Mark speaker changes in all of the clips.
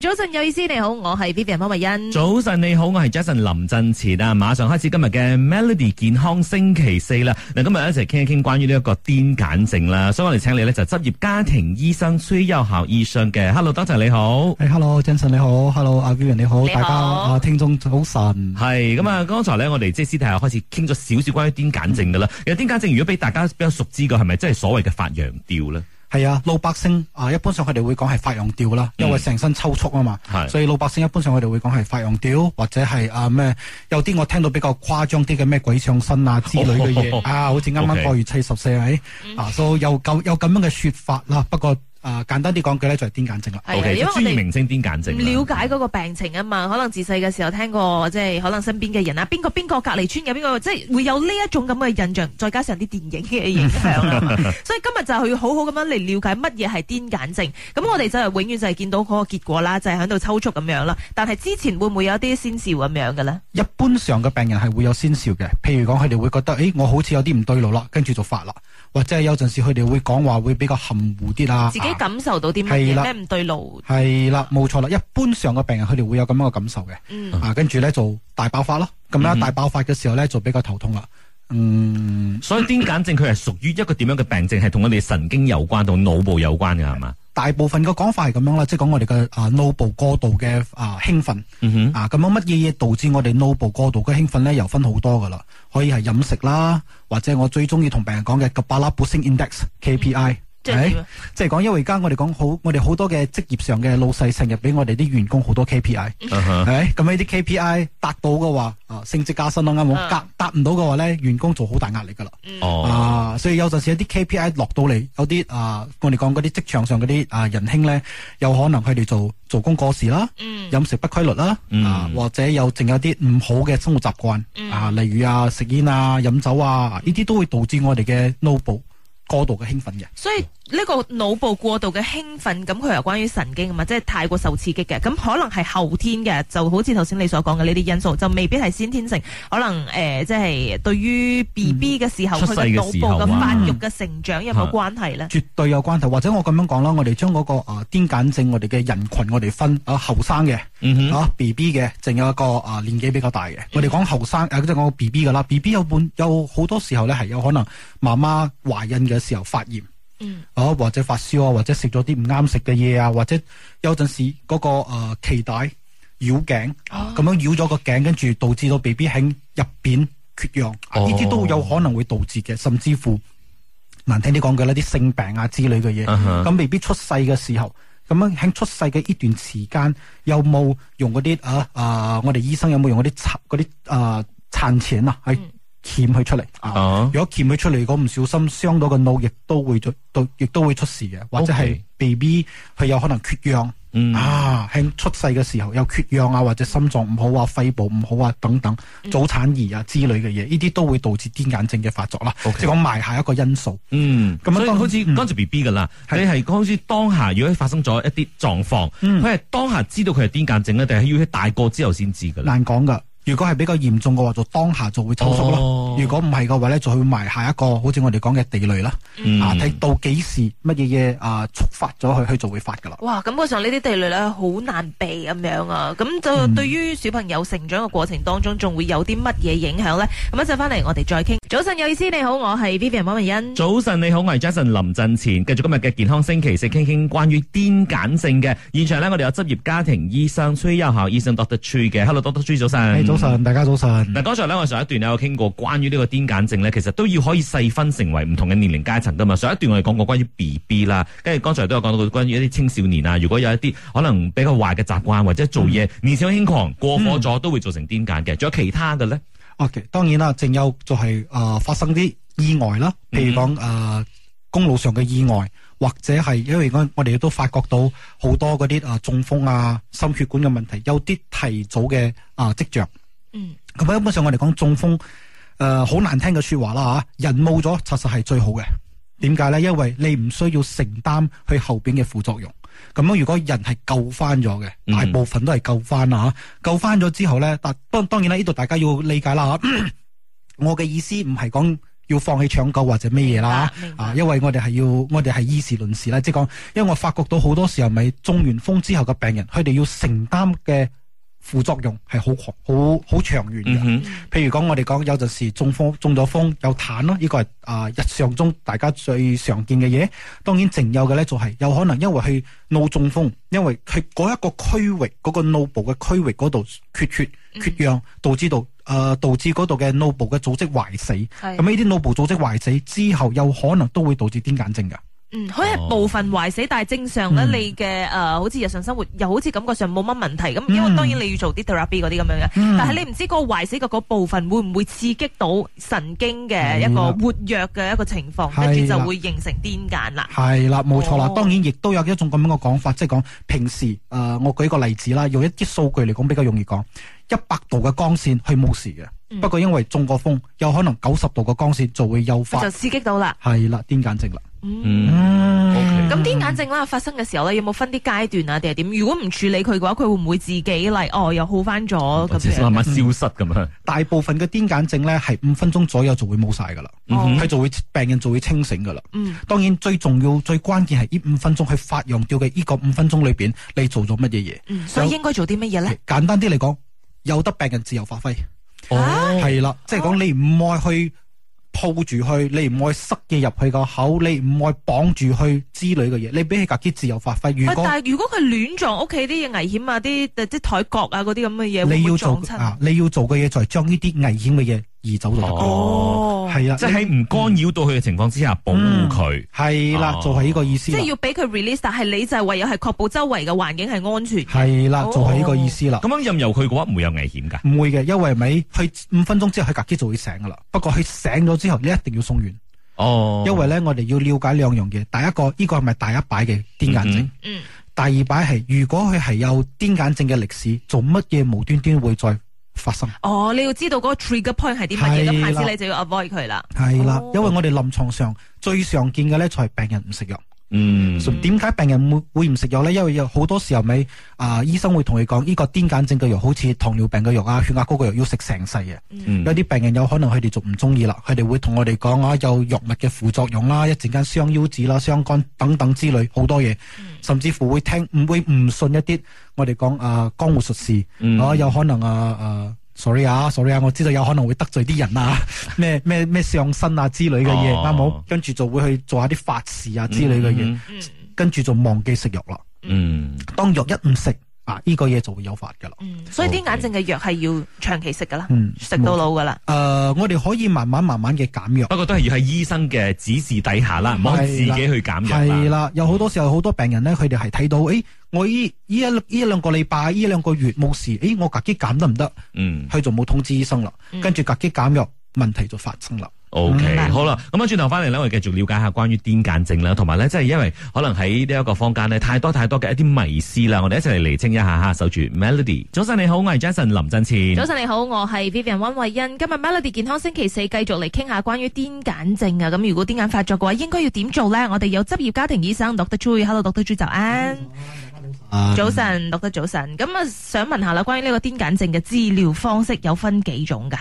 Speaker 1: 早晨有意思，你好，我係 Vivian 方慧欣。
Speaker 2: 早晨你好，我係 Jason 林振前啊！馬上開始今日嘅 Melody 健康星期四啦。嗱，今日一齊傾一傾關於呢一個癲癇症啦，所以我哋請你呢，就執業家庭醫生崔優孝醫生嘅。Hello，doctor 你好。
Speaker 1: 嗯
Speaker 3: h e l l o j a s o n 你好，Hello 阿 Vivian 你好，
Speaker 1: 你好
Speaker 3: 大家啊聽眾早晨。
Speaker 2: 係咁啊！剛才咧，我哋即係私底下開始傾咗少少關於癲癇症噶啦。其實癲癇症如果俾大家比較熟知嘅，係咪真係所謂嘅發羊吊咧？
Speaker 3: 係啊，老百姓啊，一般上佢哋會講係發羊吊啦，因為
Speaker 2: 嗯
Speaker 3: 成身抽搐啊嘛，
Speaker 2: 係
Speaker 3: 所以老百姓一般上佢哋會講係發羊吊，或者係啊咩，有啲我聽到比較誇張啲嘅咩鬼上身啊之類 嘅嘢啊，好似啱
Speaker 2: 哦 OK 嗯
Speaker 3: 啱過完七十四係咪啊，所以有咁有咁樣嘅說法啦。不過啊，簡單啲講句咧，就係癲癇症啦。
Speaker 1: 係啊
Speaker 2: OK，
Speaker 1: 因為我
Speaker 2: 專業
Speaker 1: 哋
Speaker 2: 名稱癲癇
Speaker 1: 唔
Speaker 2: 症啦。
Speaker 1: 了解嗰個病情啊嘛，可能自細嘅時候聽過，即係可能身邊嘅人啊，邊個邊個隔離村嘅邊個，即係會有呢一種咁嘅印象，再加上啲電影嘅影響啊嘛， 所以今日就去好好咁樣嚟了解乜嘢係癲癇症。咁我哋就係永遠就係見到嗰個結果啦，就係喺度抽搐咁樣啦。但係之前會唔會有啲先兆咁樣嘅咧？
Speaker 3: 一般上嘅病人係會有先兆嘅，譬如講佢哋會覺得，誒我好似有啲唔對路啦，跟住就發啦，或者係有陣時佢哋會講話會比較含糊啲啦。
Speaker 1: 自己
Speaker 3: 啊
Speaker 1: 感受到啲乜
Speaker 3: 係
Speaker 1: 嘢
Speaker 3: 啦
Speaker 1: 咩唔對路？
Speaker 3: 係啦，冇錯啦。一般上嘅病人佢哋會有咁樣嘅感受嘅，
Speaker 1: 嗯，
Speaker 3: 啊，跟住咧就大爆發咯。咁
Speaker 2: 嗯哼
Speaker 3: 樣大爆發嘅時候咧就比較頭痛啦。嗯，
Speaker 2: 所以癲癇症佢係屬於一個點樣嘅病症？係同我哋神經有關，同腦部有關嘅係嘛？
Speaker 3: 大部分嘅講法係咁樣啦，即係講我哋嘅啊腦部過度嘅啊興奮
Speaker 2: 嗯哼。
Speaker 3: 啊，咁樣乜嘢嘢導致我哋腦部過度嘅興奮咧？又分好多噶啦，可以係飲食啦，或者我最中意同病人講嘅吉巴拉勃升 index KPI。
Speaker 1: 即係點啊
Speaker 3: 即係講，因為而家我哋講好，我哋好多嘅職業上嘅老細成日俾我哋啲員工好多 KPI，
Speaker 2: 嗯哼
Speaker 3: 係咪咁呢啲 KPI 達到嘅話，啊升職加薪啦，啱冇？
Speaker 1: 嗯
Speaker 3: 達達唔到嘅話咧，員工就好大壓力噶啦。
Speaker 2: 哦，
Speaker 3: 啊，所以有陣時一啲 KPI 落到嚟，有啲啊，我哋講嗰啲職場上嗰啲啊仁兄咧，有可能佢哋做做工過時啦，
Speaker 1: 嗯
Speaker 3: 飲食不規律啦，
Speaker 2: 嗯
Speaker 3: 啊或者有仲有啲唔好嘅生活習慣
Speaker 1: 嗯
Speaker 3: 啊，例如啊食煙啊、飲酒啊，呢啲都會導致我哋嘅腦部過度嘅興奮嘅。
Speaker 1: 所以呢個腦部過度嘅興奮，咁佢又關於神經啊嘛，即係太過受刺激嘅，咁可能係後天嘅，就好似頭先你所講嘅呢啲因素，就未必係先天性，可能誒、呃即係對於 B B 嘅時候，
Speaker 2: 嗯
Speaker 1: 佢嘅腦
Speaker 2: 出世嘅時
Speaker 1: 部
Speaker 2: 候啊
Speaker 1: 嘅發育嘅成長有冇關係咧？
Speaker 3: 絕對有關係，或者我咁樣講啦，我哋將嗰個啊癲癇症我哋嘅人群，我哋分啊後生嘅
Speaker 2: 嗯哼。
Speaker 3: 啊 B B 嘅，仲有一個啊年紀比較大嘅。我哋講後生，誒即係講 B B 噶啦，B B 有半有好多時候咧係有可能媽媽懷孕嘅時候發炎。
Speaker 1: 嗯
Speaker 3: 啊，或者發燒啊，或者食咗啲唔啱食嘅嘢啊，或者有陣時嗰、啊個誒臍、帶繞頸，咁、
Speaker 2: 嗯
Speaker 1: 哦
Speaker 3: 樣繞咗個頸，跟住導致到 B B 喺入邊缺氧，啊
Speaker 2: 哦
Speaker 3: 呢啲、都有可能會導致嘅，甚至乎難聽啲講嘅呢啲性病啊之類嘅嘢。
Speaker 2: 嗯哼
Speaker 3: 咁 B B 出世嘅時候，咁樣喺出世嘅呢段時間，有冇用嗰啲啊啊？我哋醫生有冇用嗰啲殘嗰啲啊殘錢啊，係
Speaker 1: 嗯
Speaker 3: 鉗佢出嚟啊？
Speaker 2: 哦
Speaker 3: 如果鉗佢出嚟，如果唔小心傷到個腦，亦都會出到，亦都會出事嘅，或
Speaker 2: OK
Speaker 3: 者係 B B 佢有可能缺氧、
Speaker 2: 嗯
Speaker 3: 啊，喺出世嘅時候有缺氧啊，或者心臟唔好啊、肺部唔好啊等等，早產兒啊之類嘅嘢，呢啲都會導致癲癇症嘅發作啦。
Speaker 2: OK
Speaker 3: 即係講埋下一個因素，
Speaker 2: 嗯，咁
Speaker 3: 咁啊
Speaker 2: 所以
Speaker 3: 當
Speaker 2: 好似
Speaker 3: 嗯
Speaker 2: 跟住 B B 噶啦，你係好似當下如果發生咗一啲狀況，
Speaker 3: 嗯
Speaker 2: 佢係當下知道佢係癲癇症咧，定係要佢大個之後先知噶啦？
Speaker 3: 難講噶。如果係比較嚴重嘅話，就當下就會抽搐咯。
Speaker 2: 哦
Speaker 3: 如果唔係嘅話咧，就去埋下一個，好似我哋講嘅地雷啦。
Speaker 2: 嗯
Speaker 3: 啊，睇到幾時乜嘢嘢啊觸發咗佢，佢就會發噶啦。
Speaker 1: 哇，感覺上呢啲地雷咧好難避咁樣啊，咁就對於小朋友成長嘅過程當中，仲會有啲乜嘢影響咧？咁一陣翻嚟我哋再傾。早晨有意思，你好，我係 Vivian 馬文欣。
Speaker 2: 早晨，你好，我係 Jason 林振前，繼續今日嘅健康星期四，傾傾關於癲癇症嘅現場咧，我哋有執業家庭醫生崔優孝醫生 Doctor Tree 嘅，Hello Doctor Tree 早晨，
Speaker 3: 誒，早。晨，大家早晨。
Speaker 2: 嗱，剛才咧我上一段咧有傾過關於呢個癲癇症咧，其實都要可以細分成為唔同嘅年齡階層噶嘛。上一段我哋講過關於 B B 啦，跟住剛才都有講到關於一啲青少年啊，如果有一啲可能比較壞嘅習慣或者做嘢
Speaker 3: 嗯
Speaker 2: 年少輕狂過火咗，都會造成癲癇嘅。仲有其他嘅咧？
Speaker 3: OK，當然啦，仲有就係、啊發生啲意外啦，
Speaker 2: 嗯
Speaker 3: 譬如講啊公路上嘅意外，或者係因為我我哋都發覺到好多嗰啲啊中風啊、心血管嘅問題，有啲提早嘅啊跡象。
Speaker 1: 嗯
Speaker 3: 咁啊，基本上我哋講中風，誒、好難聽嘅説話啦嚇，人冇咗，確實係最好嘅。點解咧？因為你唔需要承擔佢後邊嘅副作用。咁樣如果人係救翻咗嘅，
Speaker 2: 嗯
Speaker 3: 大部分都係救翻啦嚇。救啊 翻咗之後咧，但當當然啦，呢度大家要理解啦嚇。我嘅意思唔係講要放棄搶救或者咩嘢啦。
Speaker 1: 明白明白
Speaker 3: 啊，因為我哋係要，我哋係依事論事啦，即係講，因為我發覺到好多時候咪中完風之後嘅病人，佢哋要承擔嘅副作用係好好好長遠嘅。
Speaker 2: 嗯哼，
Speaker 3: 譬如講，我哋講有陣時中風中咗風有痰咯，呢個係啊、日常中大家最常見嘅嘢。當然，淨有嘅咧就係、有可能因為佢腦中風，因為佢嗰一個區域嗰、個腦部嘅區域嗰度缺血
Speaker 1: 嗯
Speaker 3: 缺氧，導致到誒、呃、導致嗰度嘅腦部嘅組織壞死。咁
Speaker 1: 係
Speaker 3: 呢啲腦部組織壞死之後，有可能都會導致癲癇症㗎。
Speaker 1: 嗯，佢係部分壞死，但係正常
Speaker 3: 哦
Speaker 1: 咧，
Speaker 3: 嗯
Speaker 1: 你嘅誒、呃好似日常生活又好似感覺上冇乜問題咁，因為
Speaker 3: 嗯
Speaker 1: 當然你要做啲 therapy 嗰啲咁樣嘅，
Speaker 3: 嗯
Speaker 1: 但係你唔知嗰個壞死嘅嗰部分會唔會刺激到神經嘅一
Speaker 3: 係
Speaker 1: 個
Speaker 3: 啦
Speaker 1: 活躍嘅一個情況，
Speaker 3: 嗯係啦
Speaker 1: 跟住就會形成癲癇啦。
Speaker 3: 係啦，冇錯啦
Speaker 1: 哦。
Speaker 3: 當然亦都有一種咁樣嘅講法，即係講平時誒、呃我舉個例子啦，用一啲數據嚟講比較容易講，一百度嘅光線係冇事嘅，
Speaker 1: 嗯
Speaker 3: 不過因為中過風，有可能九十度嘅光線就會誘
Speaker 1: 就
Speaker 3: 發
Speaker 1: 刺激到啦。
Speaker 3: 係啦癲癇症啦。
Speaker 1: 嗯，
Speaker 2: 嗯，
Speaker 1: 咁
Speaker 2: ，OK
Speaker 1: 癲癇症啦發生嘅時候咧，有冇分啲階段啊？定係點？如果唔處理佢嘅話，佢會唔會自己嚟？哦，又好翻咗
Speaker 3: 嗯
Speaker 1: 咁嗯
Speaker 2: 即係慢
Speaker 1: 樣？
Speaker 2: 慢消失咁樣。
Speaker 3: 大部分嘅癲癇症咧係五分鐘左右就會冇晒噶啦，
Speaker 2: 嗯
Speaker 1: 哦
Speaker 2: 哼
Speaker 3: 佢就會病人就會清醒噶啦。
Speaker 1: 嗯，
Speaker 3: 當然最重要、最關鍵係呢五分鐘去發揚掉嘅呢個五分鐘裏邊，你做咗乜嘢
Speaker 1: 嗯，所以應該做啲乜嘢
Speaker 3: 嘢
Speaker 1: 咧？？
Speaker 3: 簡單啲嚟講，有得病人自由發揮。
Speaker 1: 嗯
Speaker 2: 哦，
Speaker 3: 系啦，即系讲你唔爱去抱住去，你唔爱塞嘢入去个口，你唔爱绑住去之类嘅嘢，你俾佢自己自由发挥。如
Speaker 1: 喂，
Speaker 3: 果
Speaker 1: 但係如果佢亂撞屋企啲嘢危險啊，啲即係台角啊嗰啲咁嘅嘢，會唔
Speaker 3: 你要
Speaker 1: 會
Speaker 3: 做
Speaker 1: 撞親？
Speaker 3: 啊，你要做嘅嘢就系将呢啲危险嘅嘢移走就得。
Speaker 2: 哦，
Speaker 3: 系啦，
Speaker 2: 即係喺唔干擾到佢嘅情況之下保護佢。
Speaker 3: 系啦
Speaker 2: 哦，
Speaker 3: 就系呢个意思
Speaker 1: 即
Speaker 3: 啦
Speaker 1: 係。要俾佢 release，但係你就係唯有係確保周圍嘅環境係安全。
Speaker 3: 系啦，
Speaker 1: 哦
Speaker 3: 就系呢个意思啦
Speaker 2: 咁。樣任由佢嘅話，唔會有危險㗎。
Speaker 3: 唔會嘅，因為咪佢五分鐘之後佢自己就會醒噶啦。不過佢醒咗之後，你一定要送院，
Speaker 2: 哦，
Speaker 3: 因為咧我哋要了解兩樣嘢。第一個呢個係咪大一擺嘅癲癇症
Speaker 1: 嗯，
Speaker 2: 嗯？
Speaker 3: 第二擺係，如果佢係有癲癇症嘅歷史，做乜嘢無端端會再發生？
Speaker 1: 哦，你要知道嗰個 trigger point 係啲乜嘢，咁下
Speaker 3: 係啦
Speaker 1: 次你就要 avoid 佢啦。
Speaker 3: 係啦
Speaker 1: 哦，
Speaker 3: 因為我哋臨床上最常見嘅咧就係病人唔食藥。
Speaker 2: 嗯，
Speaker 3: 所以點解病人會會唔食藥咧？因為有好多時候咪啊，醫生會同佢講，呢個癲癇症嘅藥好似糖尿病嘅藥啊、血壓高嘅藥要食成世嘅。
Speaker 2: 嗯
Speaker 3: 有啲病人有可能佢哋仲唔中意啦，佢哋會同我哋講啊，有藥物嘅副作用啦，一陣間傷腰子啦、傷肝等等之類好多嘢，
Speaker 2: 嗯
Speaker 3: 甚至乎會聽唔會唔信一啲我哋講啊江湖術士。
Speaker 2: 嗯
Speaker 3: 啊，有可能啊啊，sorry 啊，sorry 啊，我知道有可能會得罪啲人啊， 咩咩咩上身啊之類嘅嘢，
Speaker 2: 哦
Speaker 3: 啱冇？跟住就會去做下啲法事啊之類嘅嘢，
Speaker 1: 嗯
Speaker 3: 跟住就忘記食藥啦。
Speaker 2: 嗯，
Speaker 3: 當藥一唔食啊，呢、個嘢就會有法噶啦。
Speaker 1: 嗯，所以啲眼症嘅藥係要長期食噶啦，
Speaker 3: 嗯
Speaker 1: 食到老噶啦。
Speaker 3: 誒、我哋可以慢慢慢慢嘅減藥。
Speaker 2: 不過都係要喺醫生嘅指示底下啦，唔好自己去減藥
Speaker 3: 係
Speaker 2: 啦。嗯
Speaker 3: 啦，有好多時候好多病人咧，佢哋係睇到，誒、我依依一依一兩個禮拜、依一兩個月冇事，誒、我隔機減得唔得？
Speaker 2: 嗯
Speaker 3: 佢就冇通知醫生啦，
Speaker 1: 嗯
Speaker 3: 跟住隔機減藥，問題就發生啦。
Speaker 2: ，OK，
Speaker 1: 明白
Speaker 2: 好啦，咁啊，轉頭翻嚟咧，我哋繼續了解下關於癲癇症啦，同埋咧，即係因為可能喺呢一個坊間呢，太多太多嘅一啲迷思啦，我哋一齊嚟釐清一下哈，守住 Melody。早晨你好，我係 Jason 林振前。
Speaker 1: 早晨你好，我係 Vivian 温慧欣。今日 Melody 健康星期四繼續嚟傾下關於癲癇症啊，咁如果癲癇發作嘅話，應該要點做咧？我哋有執業家庭醫生 Dr. Chu，Hello，Dr. Chu 就安。
Speaker 3: 嗯
Speaker 1: 早晨，Dr. 早晨。咁啊，想問下啦，關於呢個癲癇症嘅治療方式有分幾種噶？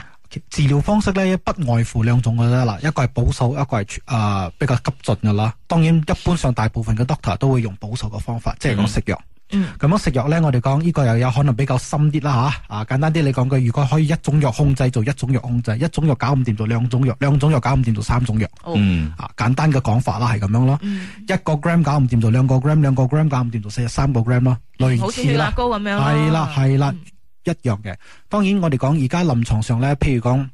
Speaker 3: 治療方式咧，不外乎兩種嘅啦。嗱，一個係保守，一個係啊、比較急進嘅啦。當然，一般上大部分嘅 doctor 都會用保守嘅方法，即係講食藥。
Speaker 1: 嗯
Speaker 3: 咁啊樣食藥咧，我哋講呢個又有可能比較深啲啦吓，啊，簡單啲你講句，如果可以一種藥控制，就一種藥控制；一種藥搞唔掂，就兩種藥；兩種藥搞唔掂，就三種藥。
Speaker 2: 嗯
Speaker 3: 啊，簡單嘅講法啦，係咁樣咯。
Speaker 1: 嗯
Speaker 3: 一個 gram 搞唔掂，就兩個 gram；兩個 gram 搞唔掂，就四十三個 gram 咯。類
Speaker 1: 好似血
Speaker 3: 似
Speaker 1: 壓
Speaker 3: 啦。
Speaker 1: 高咁樣啦
Speaker 3: 係啦係啦
Speaker 1: 嗯，
Speaker 3: 一樣嘅。當然我哋講而家臨床上咧，譬如講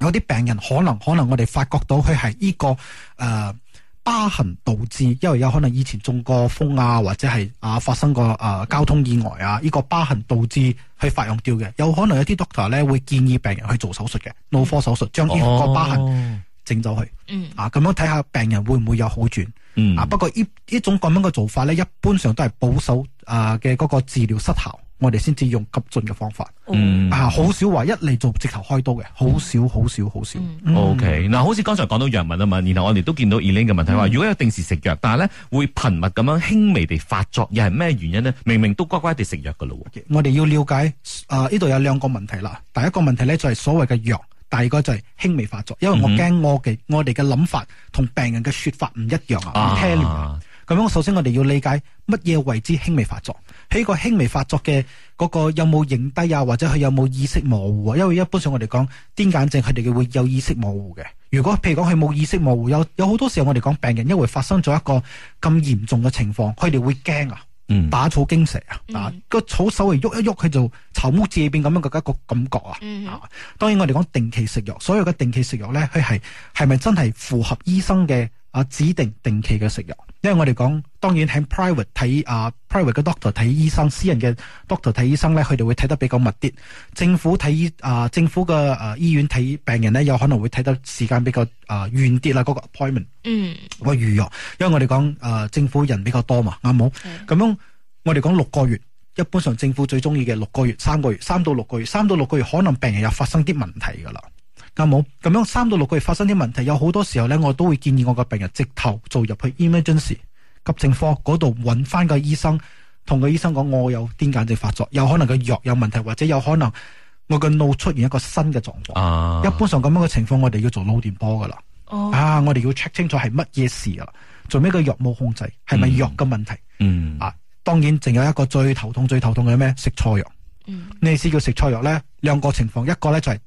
Speaker 3: 有啲病人可能可能我哋發覺到佢係呢個誒、呃疤痕導致，因為有可能以前中過風啊，或者係啊發生過誒、呃交通意外啊，呢、個疤痕導致去發揚掉嘅。有可能有啲 doctor 咧會建議病人去做手術嘅腦科手術，
Speaker 2: 哦
Speaker 3: 將呢個疤痕
Speaker 2: 痕，
Speaker 3: 整走去
Speaker 1: 嗯
Speaker 3: 啊，咁樣睇下病人會唔會有好轉。
Speaker 2: 嗯
Speaker 3: 啊，不過呢呢種咁樣嘅做法咧，一般上都係保守啊嘅嗰個治療失效，我哋先至用急進嘅方法。
Speaker 2: 嗯
Speaker 3: 啊，好少話一嚟做直頭開刀嘅，好少好少好少。
Speaker 1: 嗯
Speaker 3: 嗯
Speaker 2: O K，嗱，好似剛才講到藥物啊嘛，然後我哋都見到 Elaine 嘅問題話，如果有定時食藥，但係咧會頻密咁樣輕微地發作，又係咩原因呢？明明都乖乖地食藥噶咯喎。
Speaker 3: 我哋要了解啊，呢度有兩個問題啦。第一個問題咧就係所謂嘅藥，第二個就係輕微發作，因為我
Speaker 2: 嗯哼
Speaker 3: 驚我嘅我哋嘅諗法同病人嘅說法唔一樣啊，唔 t
Speaker 2: 啊，
Speaker 3: 咁樣首先我哋要理解乜嘢為之輕微發作，喺個輕微發作嘅嗰個有冇認低啊，或者佢有冇意識模糊啊？因為一般上我哋講癲癇症，佢哋嘅會有意識模糊嘅。如果譬如講佢冇意識模糊，有有好多時候我哋講病人因為發生咗一個咁嚴重嘅情況，佢哋會驚啊，
Speaker 2: 嗯，
Speaker 3: 打草驚蛇啊，啊
Speaker 1: 嗯
Speaker 3: 個草手嚟喐一喐，佢就草木借變咁樣嘅一個感覺啊。
Speaker 1: 嗯
Speaker 3: 啊當然我哋講定期食藥，所有嘅定期食藥咧，佢係係咪真係符合醫生嘅啊指定定期嘅食藥？因為我哋講當然喺 private 睇啊 private 嘅 doctor 睇醫生，私人嘅 doctor 睇醫生咧，佢哋會睇得比較密啲。政府睇醫啊政府嘅啊醫院睇病人咧，有可能會睇得時間比較啊遠啲啦，嗰、個 appointment
Speaker 1: 嗯，
Speaker 3: 嗰個預約，因為我哋講啊政府人比較多嘛，啱冇？咁樣我哋講六個月，一般上政府最中意嘅六個月、三個月、三到六個月、三到六個月，可能病人又發生啲問題㗎啦。啱冇？咁樣三到六個月發生啲問題，有好多時候咧，我都會建議我個病人直頭做入去 emergency 急症科嗰度揾翻個醫生，同個醫生講我有癲癇症發作，有可能個藥有問題，或者有可能我個腦出現一個新嘅狀況。
Speaker 2: 啊，
Speaker 3: 一般上咁樣嘅情況，我哋要做腦電波㗎啦。
Speaker 1: 哦，
Speaker 3: 啊，我哋要 check 清楚係乜嘢事㗎啦，做咩個藥冇控制，係咪藥嘅問題？
Speaker 2: 嗯，
Speaker 3: 啊，當然仲有一個最頭痛、最頭痛嘅係咩？食錯藥。
Speaker 1: 嗯
Speaker 3: 咩意思叫食錯藥咧？兩個情況，一個咧就係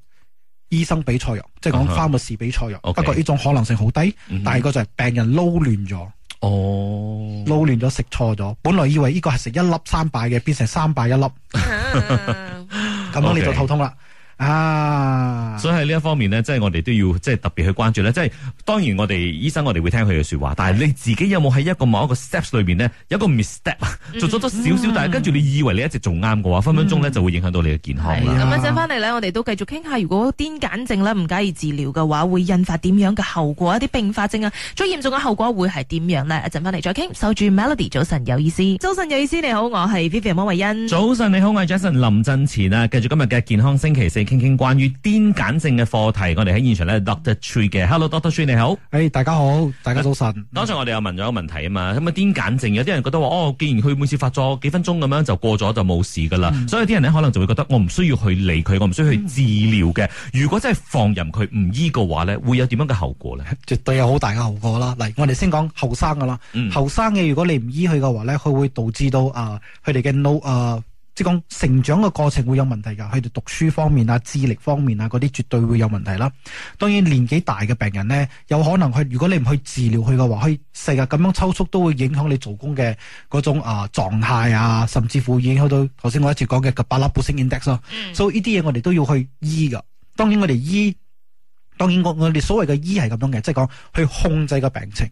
Speaker 3: 醫生俾錯藥，即係
Speaker 2: 啊
Speaker 3: 講
Speaker 2: 哈
Speaker 3: 花木士俾錯藥。
Speaker 2: OK
Speaker 3: 不過呢種可能性好低。
Speaker 2: 嗯
Speaker 3: 第二個就係病人撈亂咗，
Speaker 2: 哦，
Speaker 3: 撈亂咗食錯咗。本來以為呢個係食一粒三敗嘅，變成三敗一粒，
Speaker 1: 啊
Speaker 3: 咁樣
Speaker 2: OK
Speaker 3: 你就頭痛啦。啊，
Speaker 2: 所以喺呢一方面咧，即係我哋都要即係特別去關注咧。即係當然我哋醫生我哋會聽佢嘅說話，但係你自己有冇喺一個某一個 steps 裏面咧有一個 misstep 啊
Speaker 1: 嗯
Speaker 2: 做咗多少少，但係跟住你以為你一直做啱嘅話，分分鐘咧就會影響到你嘅健康
Speaker 1: 係啊
Speaker 2: 啦。
Speaker 1: 咁一陣翻嚟咧，我哋都繼續傾下，如果癲癇症咧唔加以治療嘅話，會引發點樣嘅後果？一啲併發症啊，最嚴重嘅後果會係點樣呢？一陣翻嚟再傾。守住 Melody，早晨有意思，早晨有意思，你好，我係 Vivian 莫慧欣。
Speaker 2: 早晨，你好，我係 Jason 林振前啊。繼續今日嘅健康星期四，傾傾關於癲癇症嘅課題。我哋喺現場咧，Doctor Tree 嘅，Hello Doctor Tree，你好。
Speaker 3: 誒，哎大家好，大家早晨。
Speaker 2: 剛才我哋又問咗一個問題啊嘛，咁啊癲癇症有啲人覺得話哦，既然佢每次發作幾分鐘咁樣就過咗就冇事噶啦，所以有啲人咧可能就會覺得我唔需要去理佢，我唔需要去治療嘅。如果真係放任佢唔醫嘅話咧，會有點樣嘅後果咧？
Speaker 3: 絕對有好大嘅後果啦。嚟，我哋先講後生噶啦
Speaker 2: 嗯，
Speaker 3: 後生嘅如果你唔醫佢嘅話咧，佢會導致到啊佢哋嘅腦啊，即係講成長嘅過程會有問題㗎。佢哋讀書方面啊、智力方面啊嗰啲絕對會有問題啦。當然年紀大嘅病人咧，有可能佢如果你唔去治療佢嘅話，佢成日咁樣抽搐都會影響你做工嘅嗰種啊狀態啊，甚至乎影響到頭先我一直講嘅嘅巴拉布星 index 咯。所以呢啲嘢我哋都要去醫噶。當然我哋醫，當然我我哋所謂嘅醫係咁樣嘅，即係講去控制個病情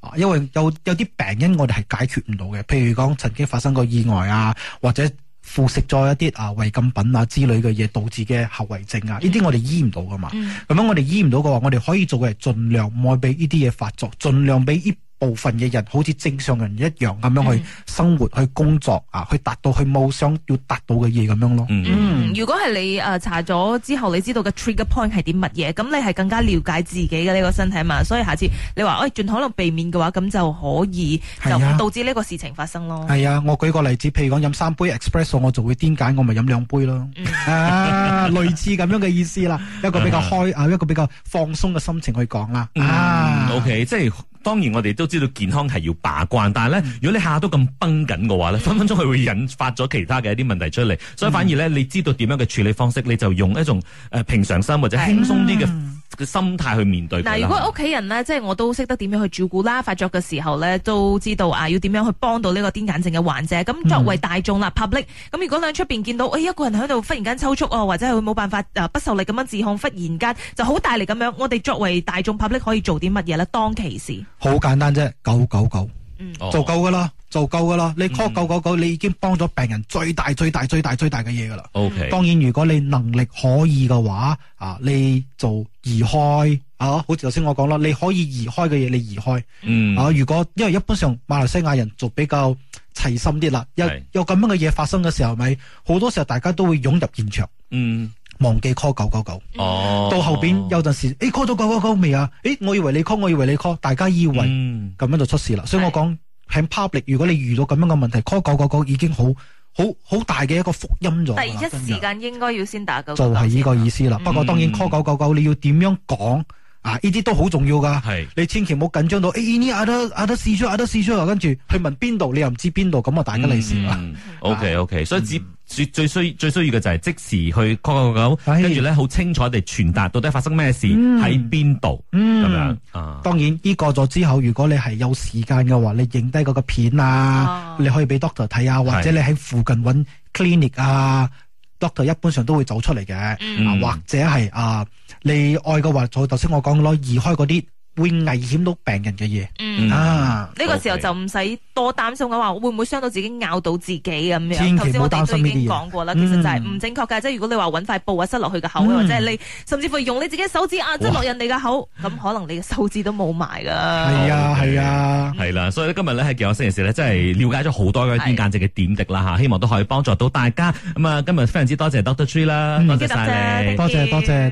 Speaker 3: 啊。因為有有啲病因我哋係解決唔到嘅，譬如講曾經發生過意外啊，或者腐蝕咗一啲啊違禁品啊之類嘅嘢導致嘅後遺症啊，呢啲我哋醫唔到噶嘛。
Speaker 1: 嗯
Speaker 3: 咁樣我哋醫唔到嘅話，我哋可以做嘅係盡量唔好俾呢啲嘢發作，盡量俾呢部分嘅人好似正常人一樣咁樣去
Speaker 1: 嗯
Speaker 3: 生活、去工作啊，去達到佢冇想要達到嘅嘢咁樣咯。
Speaker 2: 嗯，
Speaker 1: 嗯，如果係你誒、呃查咗之後，你知道嘅 trigger point 係啲乜嘢，咁你係更加了解自己嘅呢個身體嘛，所以下次你話哎誒盡可能避免嘅話，咁就可以就
Speaker 3: 係啊
Speaker 1: 唔導致呢個事情發生咯。
Speaker 3: 系啊，我舉個例子，譬如講飲三杯 espresso，我就會癲解，我咪飲兩杯咯。
Speaker 2: 嗯
Speaker 3: 啊，類似咁樣嘅意思啦，一個比較開啊，一個比較放鬆嘅心情去講啦。
Speaker 2: 嗯
Speaker 3: 啊
Speaker 2: o k 即係當然我哋都知道健康係要把關，但係咧，如果你下都咁崩緊嘅話咧，分分鐘佢會引發咗其他嘅一啲問題出嚟。所以反而咧，你知道點樣嘅處理方式，你就用一種誒平常心或者輕鬆啲嘅嘅心態去面對佢啦。
Speaker 1: 嗱，如果屋企人咧，即係我都識得點樣去照顧啦，發作嘅時候咧，都知道啊，要點樣去幫到呢個癲癇症嘅患者。
Speaker 3: 嗯
Speaker 1: 咁作為大眾啦，public，咁如果喺出邊見到，誒、一個人喺度忽然間抽搐啊，或者係佢冇辦法啊不受力咁樣自控，忽然間就好大力咁樣，我哋作為大眾 public 可以做啲乜嘢咧？當其時，
Speaker 3: 好簡單啫，九九九
Speaker 1: 嗯，
Speaker 2: 哦
Speaker 3: 做夠噶啦，做夠噶啦，你 call
Speaker 2: 嗯
Speaker 3: 九九九，你已經幫咗病人最大最大最大最大嘅嘢噶啦。
Speaker 2: OK，
Speaker 3: 當然，如果你能力可以嘅話，啊，你就移開啊，好似頭先我講啦，你可以移開嘅嘢，你移開。
Speaker 2: 嗯
Speaker 3: 啊，如果因為一般上馬來西亞人就比較齊心啲啦，有
Speaker 2: 係
Speaker 3: 有咁樣嘅嘢發生嘅時候，咪好多時候大家都會湧入現場，
Speaker 2: 嗯，
Speaker 3: 忘記 call 九九九。
Speaker 2: 哦，
Speaker 3: 到後邊有陣時，誒 call 到九九九未啊？誒，我以為你 call，我以為你 call，大家以為咁
Speaker 2: 嗯
Speaker 3: 樣就出事啦。所以我
Speaker 1: 係
Speaker 3: 講喺 public，如果你遇到咁樣嘅問題，call 九九九已經好好好大嘅一個福音咗㗎啦。
Speaker 1: 第一
Speaker 3: 真係
Speaker 1: 時間應該要先打九
Speaker 3: 就係呢個意思啦。
Speaker 1: 嗯
Speaker 3: 不過當然 call 九九九，你要點樣講啊？呢啲都好重要㗎。
Speaker 2: 係
Speaker 3: 你千祈唔好緊張到，誒呢啊得啊得試出啊得試出啊，跟住去問邊度，你又唔知邊度，咁啊大吉利是啦。啊嗯
Speaker 2: O K O 嗯 K，所以只最最需最需要嘅就係即時去 call 九九，
Speaker 3: 係
Speaker 2: 跟住咧好清楚地傳達到底發生咩事
Speaker 3: 哎嗯
Speaker 2: 喺邊度咁樣
Speaker 3: 嗯，
Speaker 2: 啊。
Speaker 3: 當然呢個咗之後，如果你係有時間嘅話，你影低嗰個片
Speaker 1: 哦，
Speaker 3: 啊你可以俾 doctor 睇啊，或者
Speaker 2: 係
Speaker 3: 你喺附近揾 clinic 啊，doctor 一般上都會走出嚟嘅。啊，
Speaker 2: 嗯
Speaker 3: 或者係啊，你愛嘅話，就頭先我講咯，移開嗰啲會危險到病人嘅嘢、
Speaker 1: 嗯
Speaker 2: 嗯
Speaker 3: 啊。
Speaker 1: 呢個時候
Speaker 2: OK
Speaker 1: 就唔使多擔心嘅話，會唔會傷到自己咬到自己咁
Speaker 3: 千
Speaker 1: 樣？頭
Speaker 3: 祈唔
Speaker 1: 先
Speaker 3: 好
Speaker 1: 我哋
Speaker 3: 擔
Speaker 1: 都
Speaker 3: 心呢啲嘢
Speaker 1: 已經講過啦，其實就係唔正確嘅，即係如果你話揾塊布啊塞落去嘅口，
Speaker 3: 嗯
Speaker 1: 或者係你甚至乎用你自己手指啊塞落人哋嘅口，咁可能你嘅手指都冇埋噶。
Speaker 3: 係啊，
Speaker 2: OK
Speaker 3: 係啊，
Speaker 2: 系啦，所以咧今日咧喺健康星期四咧，真係了解咗好多嘅啲簡直嘅點滴啦吓，希望都可以幫助到大家。咁啊，今日非常之多謝 Doctor Tree 啦，
Speaker 3: 嗯
Speaker 2: 多謝
Speaker 1: 記得
Speaker 2: 晒你
Speaker 1: 啫。
Speaker 3: 多謝多謝。